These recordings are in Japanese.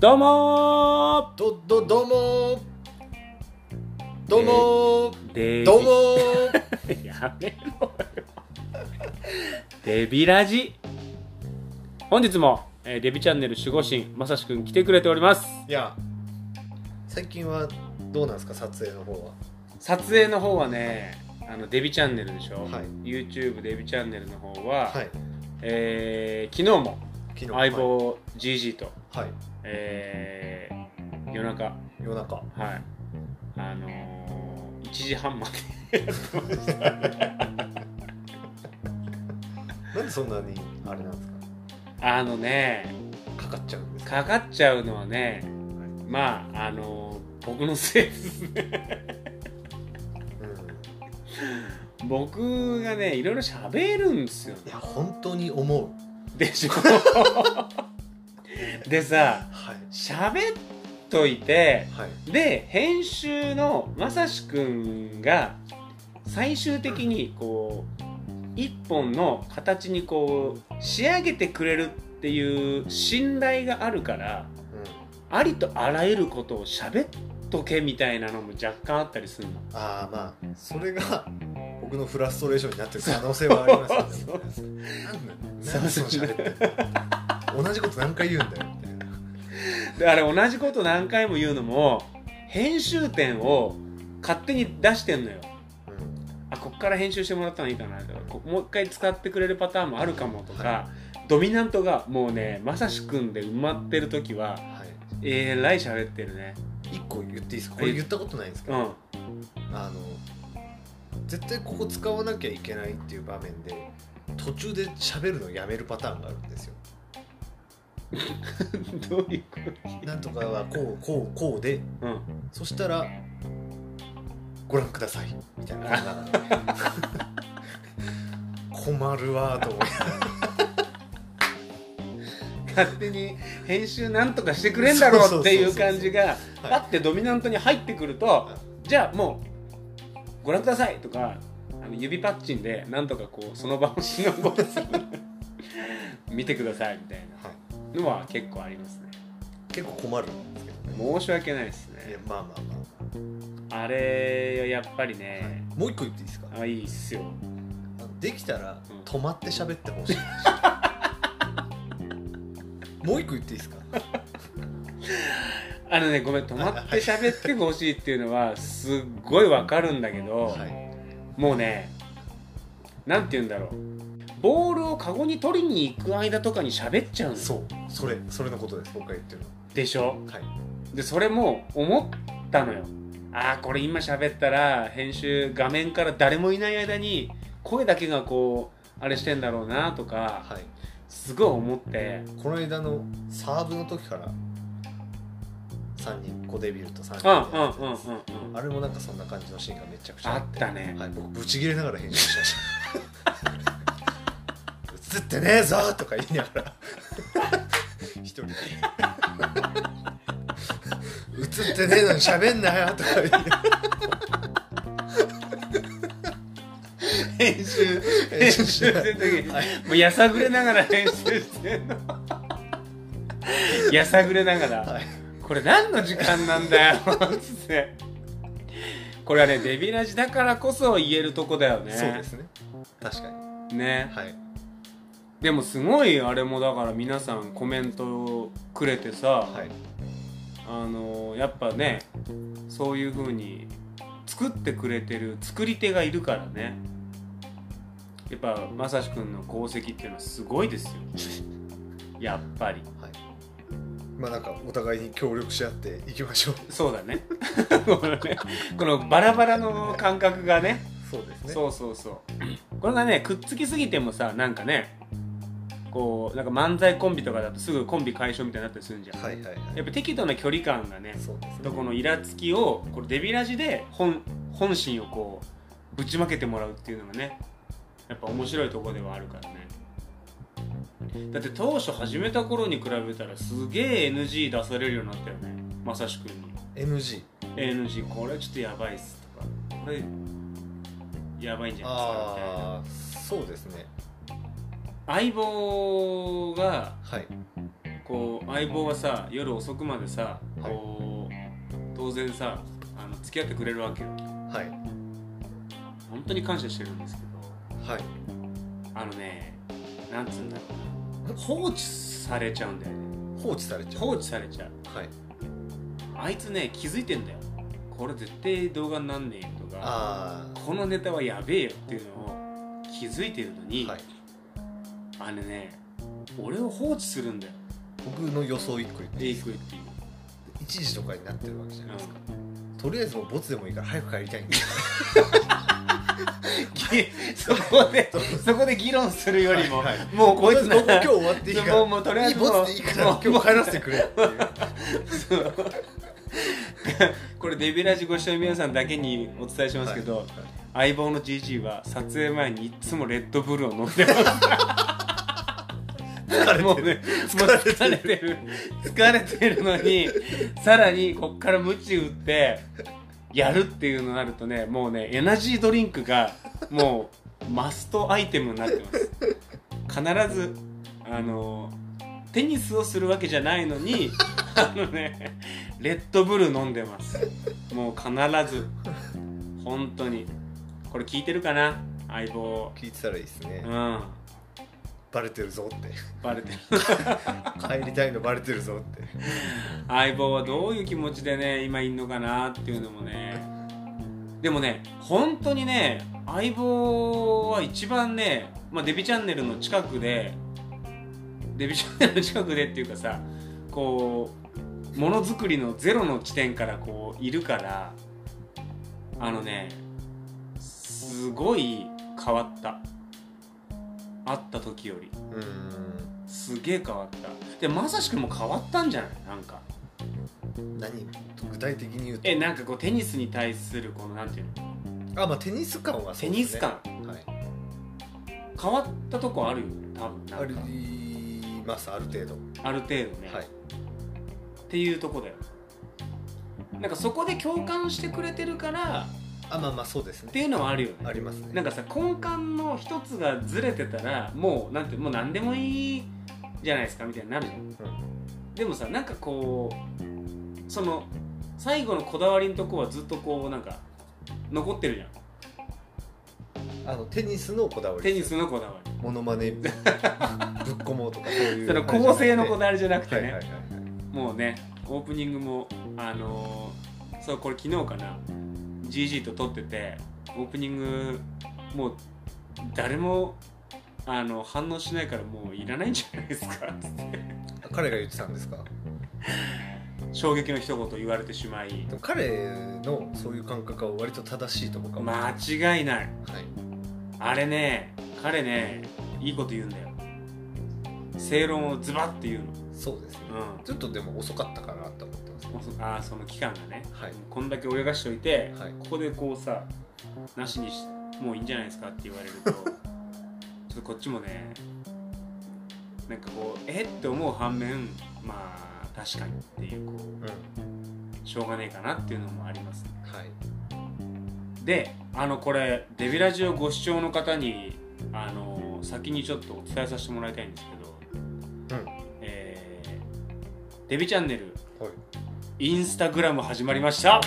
どうもどどどうもーどうもーーデビど うもやめろよデビラジ本日も、えーデビチャンネル守護神まさしくん来てくれておりますーいや最近はどうなんですか撮影の方は撮影の方はねあのデビチャンネルでしょ、はい YouTube デビチャンネルの方は、はいえー昨日も昨日相棒 GG と、はい、はい、えー夜中はい夜中あのー、1時半までなんでそんなにあれなんですあのねかかかっちゃうんですかかかっちゃうのはねまああの僕のせいです ねうん僕がねいろいろ喋るんですよいや本当に思うでしょ でさはい喋っといてはいで編集のまさしくんが最終的にこう一本の形にこう仕上げてくれるっていう信頼があるからうんありとあらゆることを喋っとけみたいなのも若干あったりするの。ああまあそれが僕のフラストレーションになってる可能性はありますよね そうなんでそうなんでその喋って んの同じこと何回言うんだよみたいなであれ同じこと何回も言うのも編集点を勝手に出してんのようんあこっから編集してもらったのいいかなとかこもう一回使ってくれるパターンもあるかもとか、ドミナントがもうねまさしくんで埋まってる時ははいえらい喋ってるね一個言っていいですかこれ言ったことないんですけうど、ん あの絶対ここ使わなきゃいけないっていう場面で途中で喋るのやめるパターンがあるんですよ。どういうこなんとかはこうこうこうでとうんそしたらご覧くださいみたいな感じ なので困るわーと思って勝手に編集なんとかしてくれんだろうっていう感じがそうそうそうそうはいパッてドミナントに入ってくると、じゃあもうご覧くださいとかあの指パッチンでなんとかこうその場をしのごうとする 見てくださいみたいはいなのは結構ありますね結構困るんですけどね。申し訳ないですいやねまあまあまあ、あれはやっぱりはね、いもう一個言っていいですかあいいっすよあのできたらうん止まって喋っ てほしいもう一個言っていいですかあのねごめん止まって喋ってほしいっていうのはすっごいわかるんだけど、はいもうねなんて言うんだろうボールをカゴに取りに行く間とかに喋っちゃうんそうそれそれのことです僕が言ってるのでしょはいでそれも思ったのよああこれ今喋ったら編集画面から誰もいない間に声だけがこうあれしてんだろうなとかはいすごい思ってこの間のサーブの時から3人コデビューと3うんうんうんうんん人でやってたですうんあれもなんかそんな感じのシーンがめちゃくちゃああっってたねはい、僕ブチギレながら編集しました映ってねえぞとか言いながら一人で映ってねえのに喋んなよとか言いながら編集編編集集してる時にもうやさぐれながら編集してんのやさぐれながら、はいこれ何の時間なんだよつってこれはねデビラジだからこそ言えるとこだよねそうですね確かにねはいでもすごいあれもだから皆さんコメントくれてさ、はいあのやっぱねそういう風に作ってくれてる作り手がいるからねやっぱまさしくんの功績っていうのはすごいですよやっぱりはいまあなんかお互いに協力し合っていきましょうそうだね このねこのバラバラの感覚がねそうですそうそうそうこれがねくっつきすぎてもさなんかねこうなんか漫才コンビとかだとすぐコンビ解消みたいになったりするんじゃんはいはいはいやっぱ適度な距離感がねそうですねとこのイラつきをこれデビラジで本本心をこうぶちまけてもらうっていうのがねやっぱ面白いとこではあるからねだって当初始めた頃に比べたらすげえ NG 出されるようになったよねまさしくんに NG NG これちょっとやばいっすとかこれやばいんじゃないですかみたいなああそうですね相棒がはいこ相棒はさ夜遅くまでさ、はいこう当然さあの付き合ってくれるわけよはい本当に感謝してるんですけどはいあのねなんつうんだろうな放置されちゃうんだよね放置されちゃう放置されちゃうはいあいつね気づいてんだよこれ絶対動画になんねえよとかあこのネタはやべえよっていうのを気づいてるのあに、はいあれね俺を放置するんだよ僕の予想一個言っていエいイですクかイっていう、 1時とかになってるわけじ ゃないですか、うとりあえずもうボツでもいいから早く帰りたいんでん、そこでそこで議論するよりも、はいはいもうこいつもう今な日終わっていいからもうもうとりあえずもういいボツでいいからもう今日帰らせてくれっていうそうこれデビューラジご視聴の皆さんだけにお伝えしますけど、はい相棒の GG は撮影前にいつもレッドブルを飲んでま疲れてするもうねもう疲れてる疲れてるのにさらにこっからムチ打ってやるっていうのになるとねもうねエナジードリンクがもうマストアイテムになってます必ずあのテニスをするわけじゃないの にあのねレッドブル飲んでますもう必ず本当にこれ聞いてるかな相棒聞いてたらいいですね、うんバレてるぞってバレてる帰りたいのバレてるぞって 相棒はどういう気持ちでね今いんのかなっていうのもねでもね本当にね相棒は一番ね、まあ、デビチャンネルの近くでデビチャンネルの近くでっていうかさこうものづくりのゼロの地点からこういるからあのねすごい変わった会った時よりうーんすげえ変わったでまさしくんも変わったんじゃないなんか何具体的に言うとえなんかこうテニスに対するこのなんていうのあまあテニス感はそテうニですスね感はい変わったとこあるよね多分なんかありますある程度ある程度ね、はいっていうとこだよなんかそこで共感してくれてるからあまあまあそうですっねていうのはあるよあねりますねなんかさ根幹の一つがずれてたらもうなんてもう何でもいいじゃないですかみたいになるじゃんうんでもさなんかこうその最後のこだわりのとこはずっとこうなんか残ってるじゃあのテニスのこだわんりテですニスのこだわりモノ マネぶっこもうとかそういうその構成のこだだわりじゃなくはていはいねはいはいもうねオープニングもあのーそうこれ昨日かな GG と撮っててオープニングもう誰もあの反応しないからもういらないんじゃないですか つって彼が言ってたんですか衝撃の一言言われてしまいでも彼のそういう感覚は割と正しいと僕は思うは間違いないいあれね彼ねいいこと言うんだよ正論をズバッて言うそうですねのうんちょっとでも遅かったかなと思ってますねもうそあーその期間がねはいこんだけ泳がしておいて、はいここでこうさなしにしもういいんじゃないですかって言われるとちょっとこっちもねなんかこうえって思う反面まあ確かにっていうこううんしょうがねえかなっていうのもありますねはいであのこれデビラジオご視聴の方にあの先にちょっとお伝えさせてもらいたいんですけど、うんえーデビチャンネルはいインスタグラム始まりました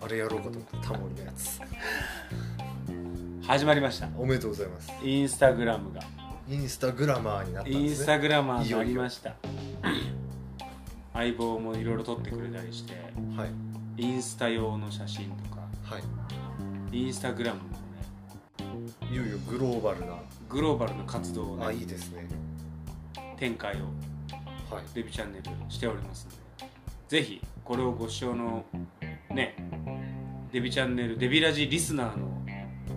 あれやろうかと思ったタモリのやつ始まりましたおめでとうございますインスタグラムがインスタグラマーになったんですイねンスタグラマーになりました相棒もいろいろ撮ってくれたりしてはいインスタ用の写真とかはいインスタグラムのねいよいよグローバルなグローバルな活動を、あね、いいですね展開をはいデビチャンネルしておりますのでぜひこれをご視聴のねデビチャンネルデビラジリスナーの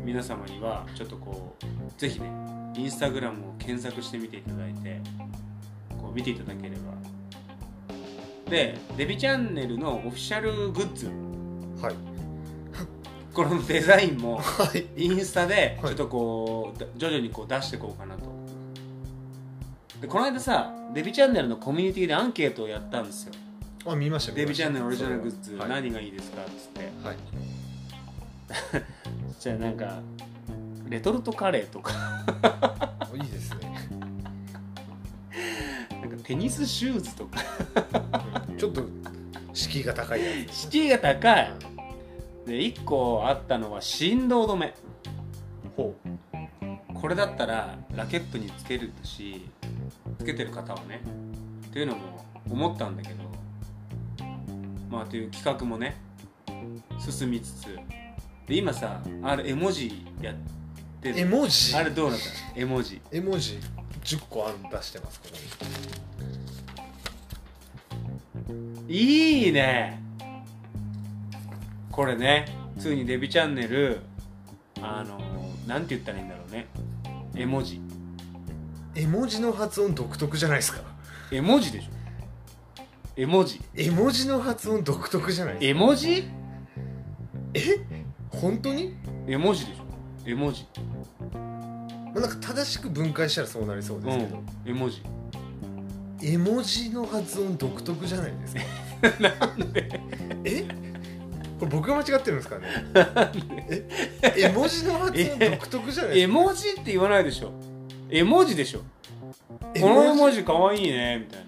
皆様にはちょっとこうぜひねインスタグラムを検索してみていただいてこう見ていただければでデビチャンネルのオフィシャルグッズはいこのデザインも はいインスタでちはいょっとこう、だ徐々にこう出していこうかなとでこの間さデビチャンネルのコミュニティでアンケートをやったんですよあ見ましたデビチャンネルオリジナルグッズはい、何がいいですかっつってはいじゃあなんかレトルトカレーとか いいですねなんかテニスシューズとかちょっと敷居が高いや敷居が高いつで1個あったのは振動止めほこれだったらラケットにつけるしつけてる方はねっていうのも思ったんだけどまあという企画もね進みつつで今さあれ絵文字やってうる絵文字あれどうなったの絵文字絵文字10個あん出してますここにいいねこれね普通にデビチャンネルあのなんて言ったらいいんだろうね絵文字絵文字の発音独特じゃないですか絵文字でしょ絵文字絵文字の発音独特じゃないです絵文字か本当に絵文字でしょ絵文字まあなんか正しく分解したらそうなりそううですけど、ん絵文字絵文字の発音独特じゃないですか なんでえこれ僕が間違ってるんですかねえ絵文字の発音独特じゃないで絵すか文字って言わないでしょ絵文字でしょこの絵文字かわいいねみたい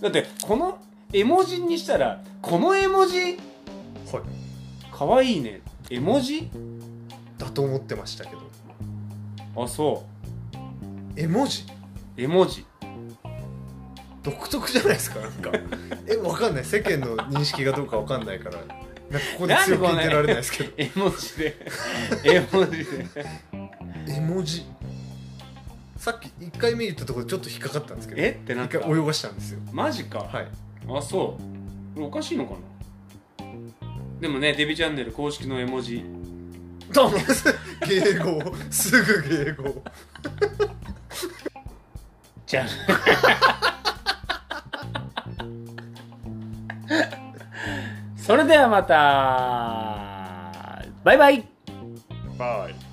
なだってこの絵文字にしたらこの絵文字はいかわいいね絵文字だと思ってましたけどあそ絵文字う絵文字独特じゃないですかなんかえわかんない世間の認識がどうかわかんないからなんかここで強く言ってられないですけど絵文字で絵文字で絵文字さっき1回目言ったところでちょっと引っかかったんですけどえってなっ一た回泳がしたんですよマジか、はい あそうこれおかしいのかなでもねデビチャンネル公式の絵文字どうも迎合すぐ迎合じ ゃんそれではまたバイバイバイ